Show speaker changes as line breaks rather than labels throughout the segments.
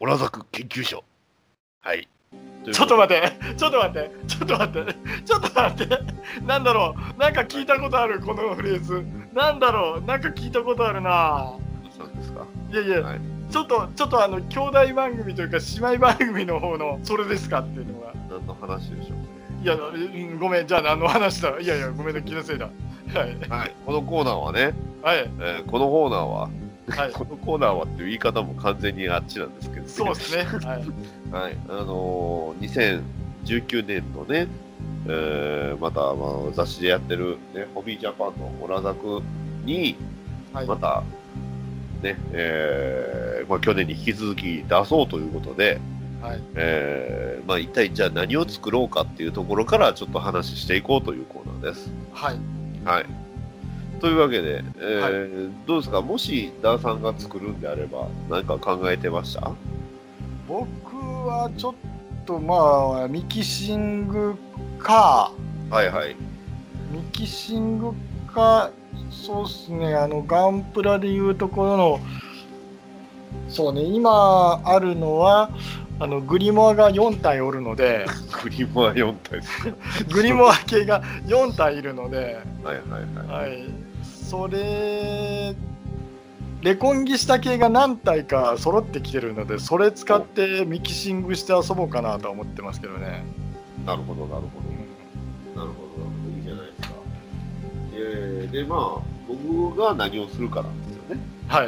オラザク研究所。はい。
ちょっと待って、ちょっと待って、ちょっと待って、ちょっと待って、なんだろう、なんか聞いたことある、このフレーズ。なんだろう、なんか聞いたことあるな。
って。そうですか。
いやいや、
はい
ちょっと、ちょっとあの、兄弟番組というか、姉妹番組の方の、それですかっていうのが。
何の話でしょ
いや、うんごめん、じゃあ何の話だ。いやいや、ごめんな、気のせいだ。はい、
う。はい。このコーナーはね、
はい、
えーこのコーナーは、
はい。
このコーナーはっていう言い方も完全にあっちなんですけど、
そうですね。はい、
はい、あのー2019年のね、えーまた、まあ、雑誌でやってる、ね、ホビージャパンのオラザクに、
はい、
また、ね、えーまあ、去年に引き続き出そうということで、
はい、
えーまあ、一体じゃあ何を作ろうかっていうところからちょっと話していこうというコーナーです。
はい。
はい。というわけで、えーどうですか、もしダーさんが作るんであれば、何か考えてました
僕はちょっと、まあ、ミキシングか。
はいはい。
ミキシングか、そうっすね、あの、ガンプラでいうところの、そうね、今あるのは、あの、グリモアが4体おるので、
クリモア4体です。
グリモア系が4体いるので、
はいはいはい。
はい、それ、レコンギした系が何体か揃ってきてるので、それ使ってミキシングして遊ぼうかなとは思ってますけどね。
なるほどなるほど。なるほどなるほど。いいじゃないですか。えー、で、まあ、僕が何をするかなんですよね。
はい、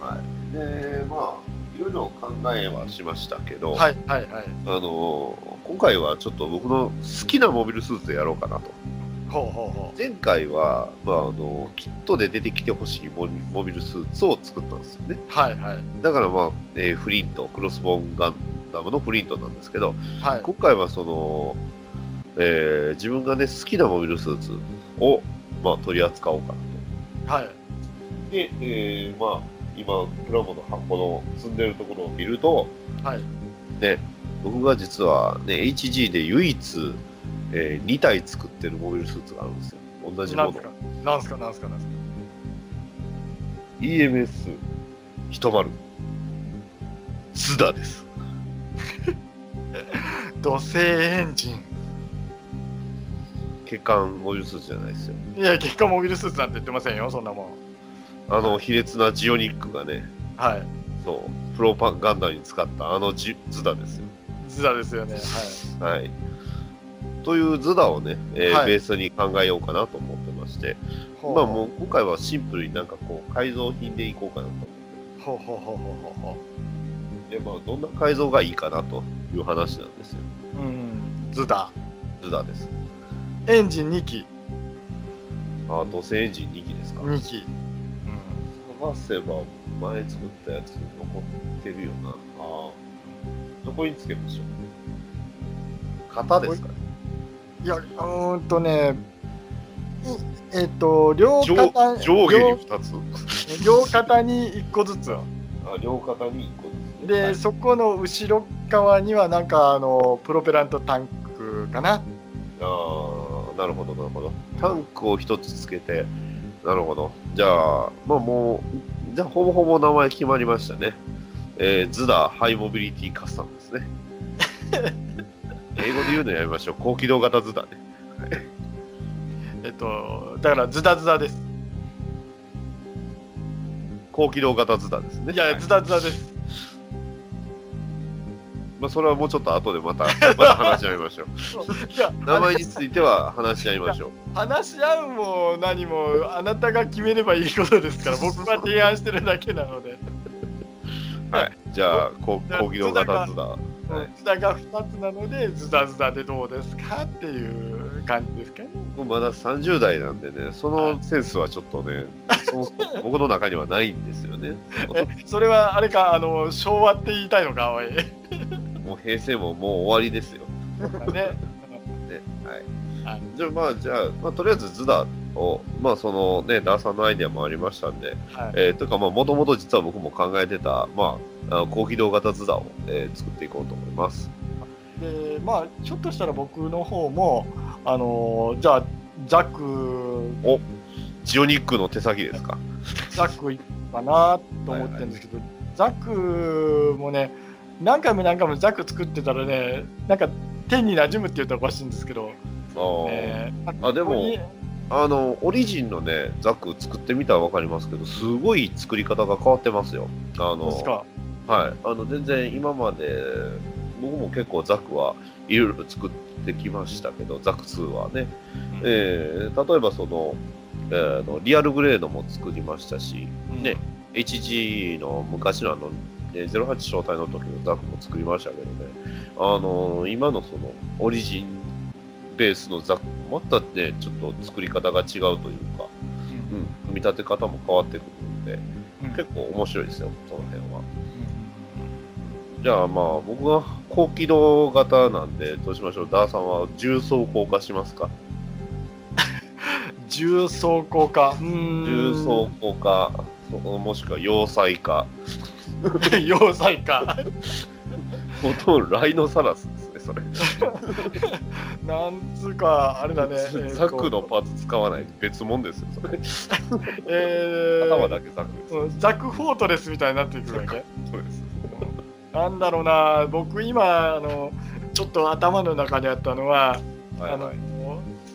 はい。で、まあ、いろいろ考えはしましたけど、
はい、はい、はい。
あのー今回はちょっと僕の好きなモビルスーツでやろうかなと。
ほうほうほ
前回は、まああのーキットで出てきてほしいモビモビルスーツを作ったんですよね。
う。はい、はい、
だからまあ、えーフリント、クロスボーンガンダムのフリントなんですけど、
はい、
今回はその、えー自分がね好きなモビルスーツを、まあ、取り扱おうかな
はい。
とで、えーまあ今プラモの箱の積んでるところを見ると
はい
ね僕が実はね HG で唯一、え2体作ってるモビルスーツがあるんですよ同じも
なん
の
すかなんすかなんすかなんすか
EMS10 スダです
土星エンジン
血管モビルスーツじゃないですよ
いや結果モビルスーツなんて言ってませんよそんなもん
あの卑劣なジオニックがね
はい
そうプロパガンダに使ったあのジズダですよ
ズダですよねはい
はい。という図ダをね、えー
はい
ベースに考えようかなと思ってまして、
ほ
まあもう今回はシンプルになんかこう改造品でいこうかなと思
ほうほうほうほうほうほ
って、でまあどんな改造がいいかなという話なんですよ。
ううんズダ
図ダです。
エンジン2機
あ、土星エンジン2機ですか。
2機
探せば前作ったやつ残ってるよな。ああ。どこにつけましょう。型ですかね。
うんいやうーんとねいえっと両
上
肩
上下に
両
2つ。
両肩に1個ずつ
あ両肩に1個ずつね、
で、
はい
そこの後ろ側にはなんかあのプロペラントタンクかな
ああ、なるほど、なるほど。タンクを一つつけて、なるほど。じゃあ、まあもう、じゃあほぼほぼ名前決まりましたね。えー、ズダハイモビリティカスタムです ね。英語で言うのやめましょう。高機動型ズダね。
えっとだからズダズダです
高機動型ズダですね。
いや
はい
ズダズダです
まあそれはもうちょっと後でまた、また話し合い ましょう。
いや
名前については話し合いましょう。
話し合うも何もあなたが決めればいいことで すから僕が提案してるだけなので
はい。じゃあ、高高機動型ズダ。はい。
ズダが2つなのでズダズダでどうですかっていう感じですかね
僕まだ30代なんでね、そのセンスはちょっとね、そもそも僕の 中にはないんですよね。
えそれはあれかあの昭和って言いたいのかおいね
もう平成ももう終わりですよ。ねはい
はい
じゃあまあじゃあ、まあ、とりあえずズダを、まあそのね、ダーさんのアイデアもありましたんで、
はい
えーというかもともと実は僕も考えてた、まあ、あ高機動型ズダを、えー作っていこうと思います。
でまあちょっとしたら僕の方もあのじゃあジャック
ジオニックの手先ですか。
ザックいいかなと思ってるんですけど、ザックもね何回も何回もザク作ってたらねなんか手に馴染むって言うとおかしいんですけど、
あー、
えー
あでも
ここに
あのオリジンのねザク作ってみたらわかりますけどすごい作り方が変わってますよあの
ですか
はい、あの全然今まで僕も結構ザクはいろいろ作ってきましたけどザク2はね、えー例えばその,、えーあのリアルグレードも作りましたしね HG の昔のあのえー08招待の時のザクも作りましたけどねあのー今のそのオリジンベースのザクまたねちょっと作り方が違うというか、
うん
うん、組み立て方も変わってくるので
うん
結構面白いですよその辺は。じゃあまあ僕は高機動型なんでどうしましょうダーさんは重装甲化しますか
重装甲かうーん
重 装甲化そもしくは要塞化
要塞か
ほとんどライノサラスですね
なんつうかあれだね
それ ザクのパーツ使わない別物ですよそれ
えー
頭だけザクです
うんザク・フォートレスみたいになっていくわけ
そうです
なんだろうな僕今あのちょっと頭の中にあったのは、
はいはい
あの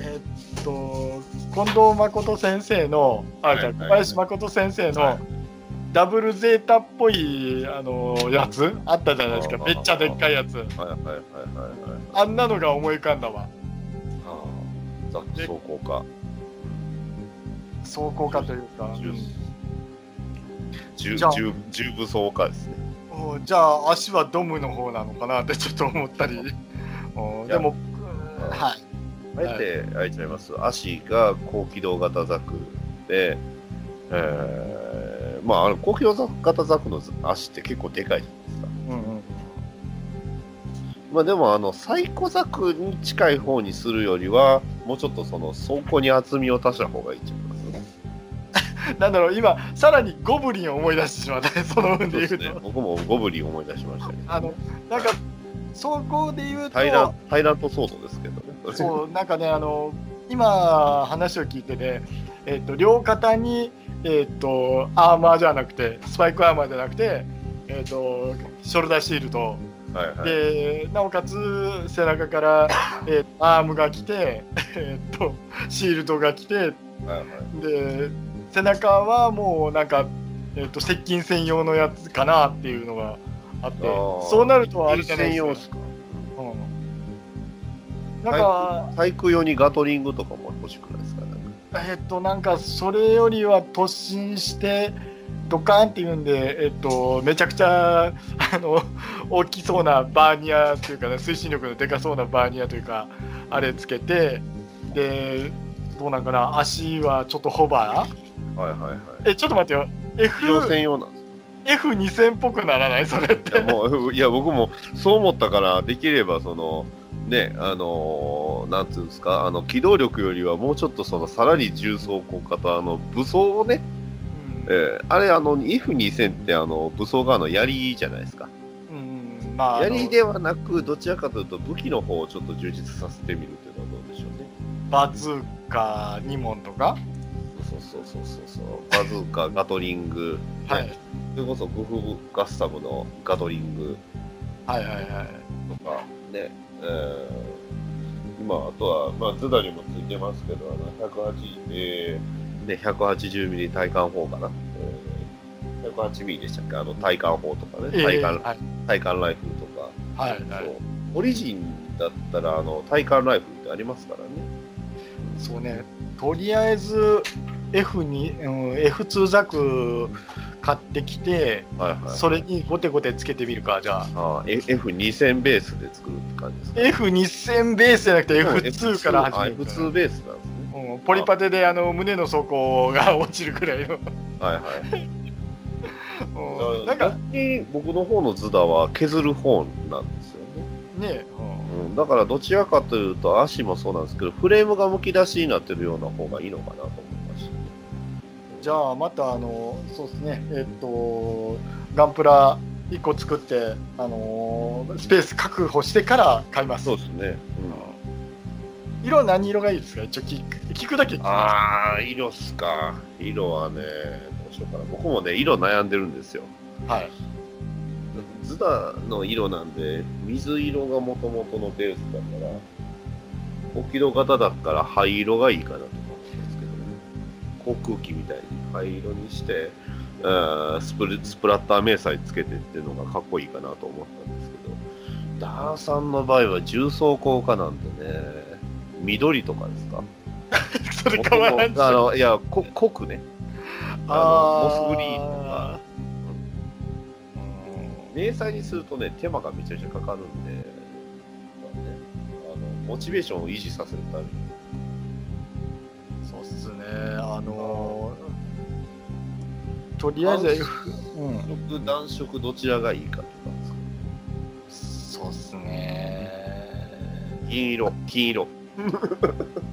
えっと近藤誠先生のあ
はい
じゃあ小
はい
林誠先生の、
はい
ダブルゼータっぽいあのやつあったじゃないですか
あー
めっちゃでっかいやつ
はいはいはいはいはい
あんなのが思い浮かんだわ
あーザク装甲化
装甲化というか、
重重
じゃあ
重重武装化ですね
おじゃあ足はドムの方なのかなってちょ っと思ったりお
いや
でもうんはい
あえて、あえちゃいます。足が高機動型ザクで、えー、まあ、あの高機動型ザクの足って結構でかいじゃないですか。
うんうん
まあ、でも、あの、サイコザクに近い方にするよりは、もうちょっとその、倉庫に厚みを足した方がいいんちゃいます
なんだろう今さらにゴブリンを思い出してしまったねその分
そう
で
で
言
す
うと
ね。僕もゴブリン思い出しましたけど、
あのなんか走行で言う
タイラ
と
ン、タイラントソードですけどね。
そうなんかねあの今話を聞いてね、えっと両肩に、えっとアーマーじゃなくてスパイクアーマーじゃなくて、えっとショルダーシールド
はいはい。
でなおかつ背中から、えーアームが来て、えーっとシールドが来て
はいはい
で背中はもうなんか、えーっと接近専用のやつかなっていうのがあって
あー
そうなるとあれじゃない
専
です
用
か
っすか。
うんなんか、
体育用にガトリングとかも欲しくないですかなんか
えーっとなんかそれよりは突進してドカーンっていうんで、えーっとめちゃくちゃあの大きそうなバーニアというかね推進力のでかそうなバーニアというかあれつけてでどうなんかな足はちょっとホバー
はいはいはい。
えちょっと待ってよ
医療
F
専用なんです
F2000 っぽくならないそれって
いやもういや僕もそう思ったからできればそのねあのーなんていうんですかあの機動力よりはもうちょっとそのさらに重装甲型あの武装をね、え
うん
ーあれあの F2000 ってあの武装側の槍じゃないですか
うんまああの
槍ではなくどちらかというと武器の方をちょっと充実させてみるというのはどうでしょうね
バズーカ2門とか
そうそうそうそうそうバズーカガトリング、
はい
ねそれこそグフガッサムのガトリング
はいはいはい
とかね、えー今あとは、まあ、ズダにもついてますけど、あの180、えーね、180ミリ体感砲かな、えー108ミリでしたっけ、あの体感砲とかね、
ええ
体感,、
はい
体感ライフルとか、
はいはい
そうオリジンだったらあの体感ライフルってありますからね。
そうね、とりあえず F に、うん、F2 ザク買ってきて、
はいはい、
それにゴテゴテつけてみるか、じゃあ。
あー F- F2000 ベースで作るって感じですか、
F2000 ベースじゃなくて
もう
F2 から始める
あ F2 ベースなんですね。
うん、ポリパテであの胸の走行が落ちるくらいの、
はいはい。
うん
だ
なん
から
か
逆に僕の方のズダは削る方なんですよね。
ね、う
う
ん
ん、だからどちらかというと足もそうなんですけどフレームがむき出しになってるような方がいいのかなと思いまし
じゃあまたあのそうですねえっとガンプラ1個作ってあのスペース確保してから買いま
た
す
そうですね、
色は何色がいいですか一応聞く聞くだけ聞きます
ああ色っすか色はねどうしようかな僕もね色悩んでるんですよ
はい
ズズダの色なんで、水色がもともとのベースだから、オキド型だから灰色がいいかなと思うんですけどね。航空機みたいに灰色にして、あースプレスプラッター迷彩つけてっていうのがかっこいいかなと思ったんですけど、ダーさんの場合は重装甲化なんでね、緑とかですか
それ 変わらんし
あのいや、こ濃くね。あのモスグリーンと
あ
か迷彩にするとね、手間がめちゃめちゃかかるんで、まあねあのモチベーションを維持させるために、
ーそうっすねあのーとりあえず、うん、
色、暖色、どちらがいいかとか、
そうっすね
銀色、金色、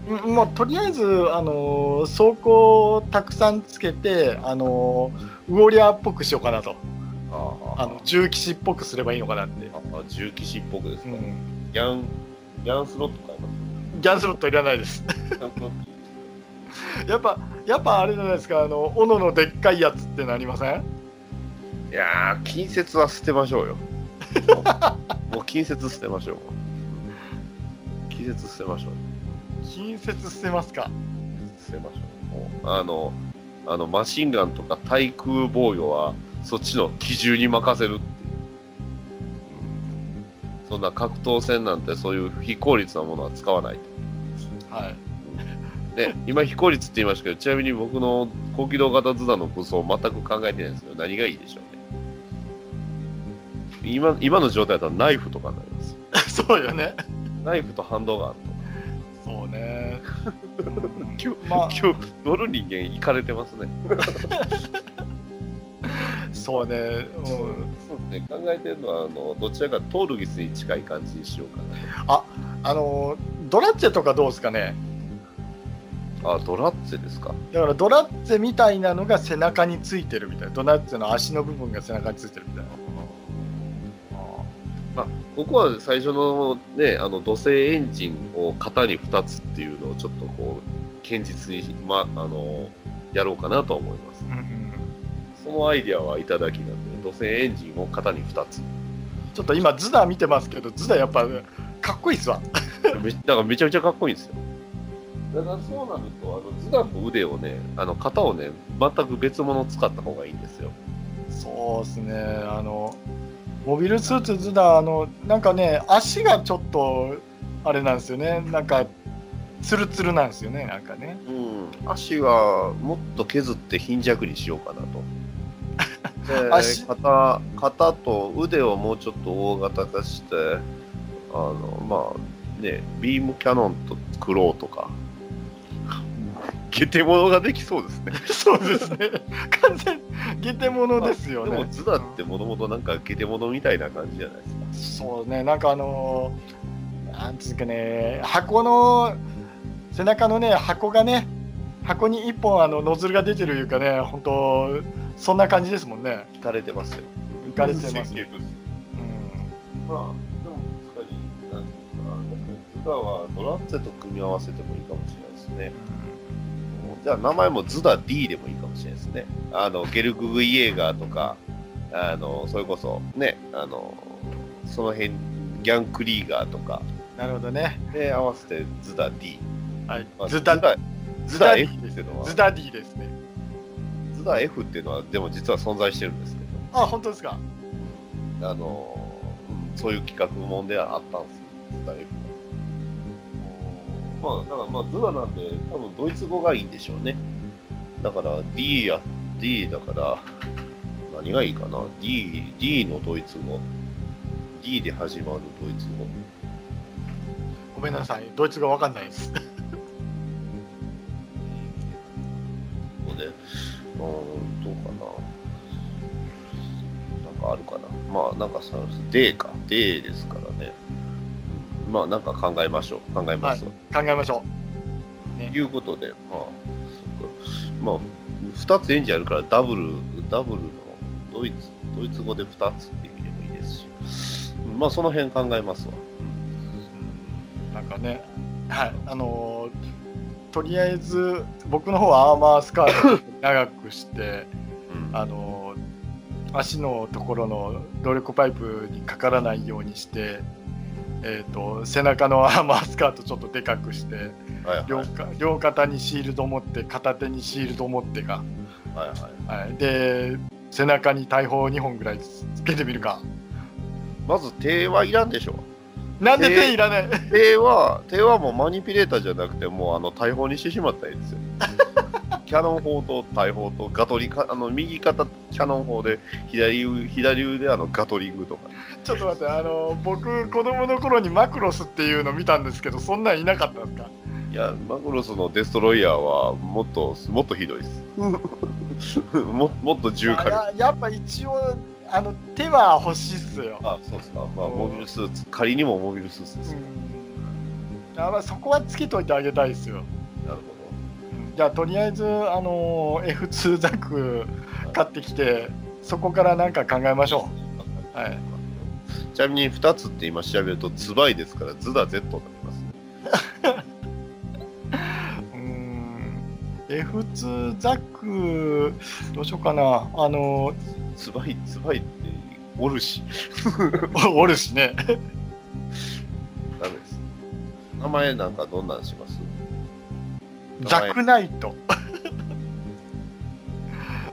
うんもうとりあえずあのー走行をたくさんつけてあのーウォリアーっぽくしようかなと
あ
あの重騎士っぽくすればいいのかなって、
あ重騎士っぽくです
う
ね、
ん、
ギャン、ギャンスロット買います
ギャンスロットいらないですやっぱやっぱあれじゃないですかあの斧のでっかいやつってなりません
いやー、近接は捨てまし ょうよ。もう近接捨てましょう。近接捨てましょう。
近接捨てますか
捨てましょう。もうあの、あのマシンガンとか対空防御は、そっちの機銃に任せるっていう。そんな格闘戦なんてそういう非効率なものは使わない。
はい
ね、 今非効率って言いましたけど、ちなみに僕の高機動型ズダの武装全く考えてないんですけど、何がいいでしょうね。今今の状態だとナイフとかになります。
そうよね。
ナイフとハンドガンとか。
そう ね。
今日、
まあ
今日乗る人間いかれてますね。
そうね。うん
そうですね、考えてるのはあのどちらかトールギスに近い感じにしようか
あのドラッチェとかどうですかね。
な。あ、ドラッツェですか。
だからドラッチェみたいなのが背中についてるみたいな。ドラッチェの足の部分が背中についてるみたいな。
ここは最初のね、あの土星エンジンを型に2つっていうのをちょっとこう、堅実に、ま、あの、やろうかなとは思います。そのアイディアはいただきなんで、土星エンジンを型に2つ。
ちょっと今ズダ見てますけど、ズダやっぱかっこいいっすわ。
めだ からめちゃめちゃかっこいいんですよ。だからそうなると、あのズダと腕をね、あの型をね、全く別物を使った方がいいんですよ。
そうですね。あのモビルスーツズダあのなんかね足がちょっとあれなんですよね。なんかツルツルなんですよね。なんかね。
うん、足はもっと削って貧弱にしようかなと。で
足
肩肩と腕をもうちょっと大型化して、あのまあね、ビームキャノンとクローと か、ゲテモノができそうですね。
そうですね。完全ゲテモノですよ
でも
ね。
ズダってもともとなんかゲテモノみたいな感じじゃないですか。
そうね、なんかあのー、なんつうかね、箱の背中のね、箱がね、箱に一本あのノズルが出てるいうかね、本当そんな感じですもんね。
行かれてますよ。
行かれてます
よ。
うん、
まあ、でも確かに、なんていうかな、ズダはドラッツェと組み合わせてもいいかもしれないですね。じゃあ名前もズダ D でもいいかもしれないですね。あの、ゲルググイエーガーとか、あの、それこそね、あの、その辺、ギャンクリーガーとか、
なるほどね。
で、合わせてズダ D。
はい
ま、あ
ズダ、
ズ
ズ
ダ
ダ
F っていうのは、
ズダ D ですね。
ズダ F っていうのは、でも実は存在してるんですけ
あ、本当ですか。
ど、あの、うんそういう企画もんではあったんですよ、ズダ F は。まあ、だからまあ、ズダなんで、多分ドイツ語がいいんでしょうね。だから D や、D だから、何がいいかな ?D、D のドイツ語。D で始まるドイツ語。
ごめんなさい、ドイツ語わかんないです。
ここで、うーん、どうかな。なんかあるかな。まあ、なんかさ、D か。D ですからね。まあ、なんか考えましょう。考えます。
考えましょう。
とい
ね、
うことで、まあ、そっかまあ、2つエンジンあるから、ダブル、ダブルのドイツ、ドイツ語で2つって意味でもいいですし、まあ、その辺考えますわ。
なんかね、はい、あのーとりあ えず僕の方はアーマースカートを長くして。あの足のところの動力パイプにかからないようにして、えー、と背中のアーマースカートちょっとでかくして
はいはい
両か両肩にシールド持って片手にシールド持ってか、
はいはい
はい、で背中に大砲2本ぐらいつけてみるか
まず手はいらんでしょ
なんで手いらない、
手は手はもうマニピュレーターじゃなくてもうあの大砲にしてしまったらいいですよキャノン砲と大砲とガトリかあの右肩キャノン砲で左腕左腕あのガトリングとか
ちょっと待ってあの僕子供の頃にマクロスっていうの見たんですけどそんなんいなかったんですか
いやマクロスのデストロイヤーはもっともっとひどいです ももっと重火力
ややっぱ一応あの手は欲しいっすよ
あそうですかまあモビルスーツ仮にもモビルスーツですよ、
うんあまあそこはつけといてあげたいですよ。
なる
じゃあとりあえず、あのー F2 ザク買ってきてそこからなんか考えましょ
ほ
う。はい、
どちなみに2つって今調べるとズバイですからズダ Z になります
うん F2 ザクどうしようかな、あの
ズバイズバイっておるし
ーおるしね
ダメです。名前なんかどんなんします
ザクナイト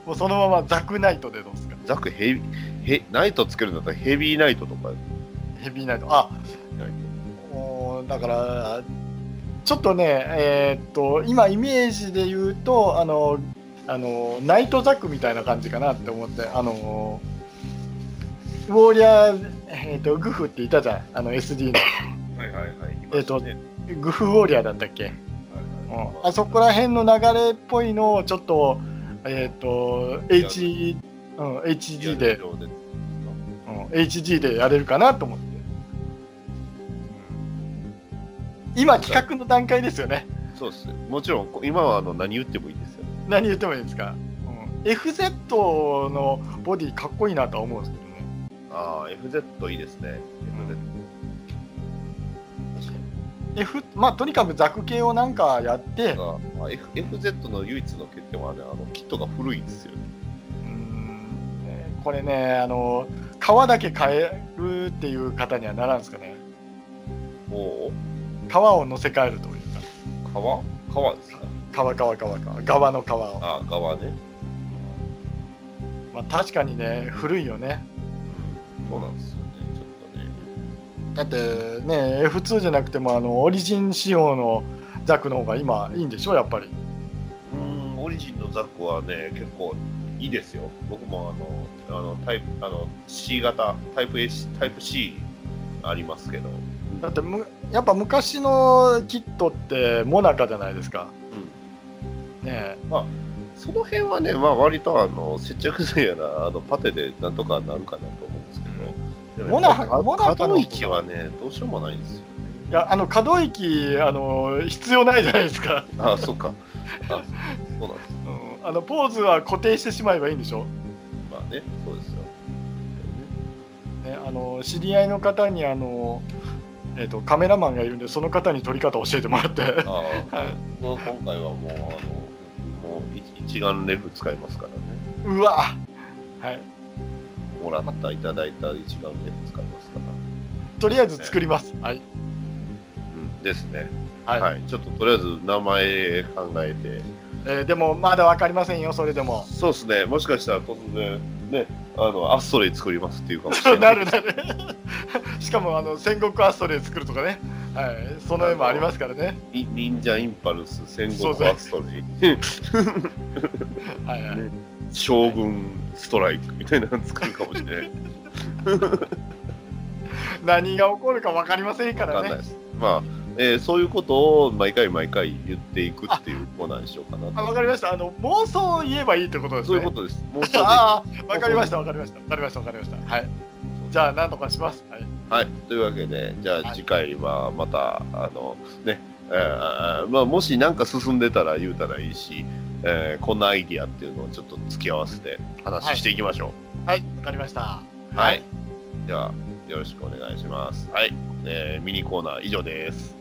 もうそのままザクナイトでどうですか
ザクヘビ、ヘ、ナイトつけるんだったらヘビーナイトとか。
ヘビーナイトあもうだからちょっとねえーっと今イメージで言うとあのあのナイトザックみたいな感じかなって思ってあのウォーリアー、えーっとグフっていたじゃんあの SD の
はいはいはい。
えっと
はい
グフウォーリアーだったっけ、う
はい
ん、あそこら辺の流れっぽいのをちょっとえーっと H、うん、HD で、うん、HG でやれるかなと思って今企画の段階ですよね
そうです。もちろん、こ今はあの何言ってもいいですよ。
何言ってもいいですか、うん、FZ のボディかっこいいなとは思うんですけどね
ああ、FZ いいですね。
F まあとにかくザク系をなんかやって、
FZ が、まあ、F- FZ の唯一の欠点はね、あのキットが古いんですよね。
うんねこれねあの皮だけ変えるっていう方にはならんですかね
おお
皮を乗せ替えるというか
革革ですか
皮皮皮皮側の皮を
ああ、革ね。
まあ、確かにね古いよね
そうなんですよね。ちょっとね。
だってね F2 じゃなくてもあのオリジン仕様のザクの方が今いいんでしょやっぱり
うーん、オリジンのザックはね、結構いいですよ。僕もあの、あのタイプ、あの、C 型、タイプ A、タイプ C ありますけど、
だってむやっぱ昔のキットってモナカじゃないですか、ねえ
その辺はね、まあ割とあの、接着剤やら、あの、パテでなんとかなるかなと思うんですけど、
モナハモナカの
可動域はね、どうしようもないんですよ。
いやあの可動域あの必要ないじゃないですか、
ああ、そっか。あそうなんです。
うんあのポーズは固定してしまえばいいんでしょ、
まあね、そうですよ。
ね、あの知り合いの方にあの、えっとカメラマンがいるんでその方に撮り方教えてもらって
ああ、もう今回はもう、あの、もう一一眼レフ使いますからね。
うわはい
もらった、いただいた一眼レフ使いますから。
とりあえず作ります、はい
うん、ですね。
はい、
はい。ちょっととりあえず名前考えて。
えーでもまだ分かりませんよそれ でも
そうですね。もしかしたら突然、ね、あの、アストレイ作りますっていうかもしれな。
ないるなるしかもあの戦国アストレイ作るとかね、はい、その絵もありますからね
い忍者インパルス、戦
そう
国
そう
アストレイ、
はいはい
ね将軍ストライクみたいなの作るかもし れない。
何が起こるか分かりませんか
わからんない
ね。
です。まあ、えーそういうことを毎回毎回言っていくっていうコーナーにしようかな
あ
と。
分かりました。あの妄想を言えばいいってことです
そ
ね。
ういうことです。もうちょっと
ああ、分かりました、分かりました、分かりました、分かりました。はい。じゃあ、なんとかします。はい。
はい、というわけで、じゃ
は
あ
い
次回はまた、あのね、えーまあ、もし何か進んでたら言うたらいいし、えーこんなアイディアっていうのをちょっと付き合わせて
は
話
い
していきましょ
はい、分かりました。
う。はい、ではよろしくお願いします。はい、えーミニコーナー以上です。